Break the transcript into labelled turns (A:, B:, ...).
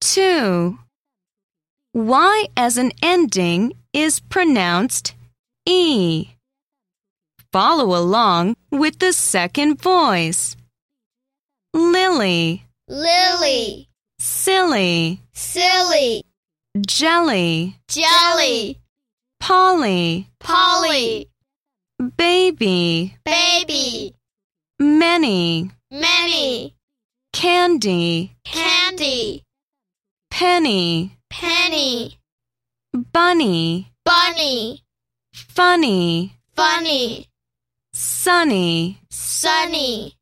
A: 2. Y as an ending is pronounced E. Follow along with the second voice. Lily,
B: lily,
A: silly,
B: silly,
A: jelly,
B: jelly,
A: Polly,
B: polly,
A: baby,
B: baby,
A: many,
B: many,
A: candy,
B: candy,
A: penny,
B: penny,
A: bunny,
B: bunny,
A: funny,
B: funny,
A: sunny.
B: sunny.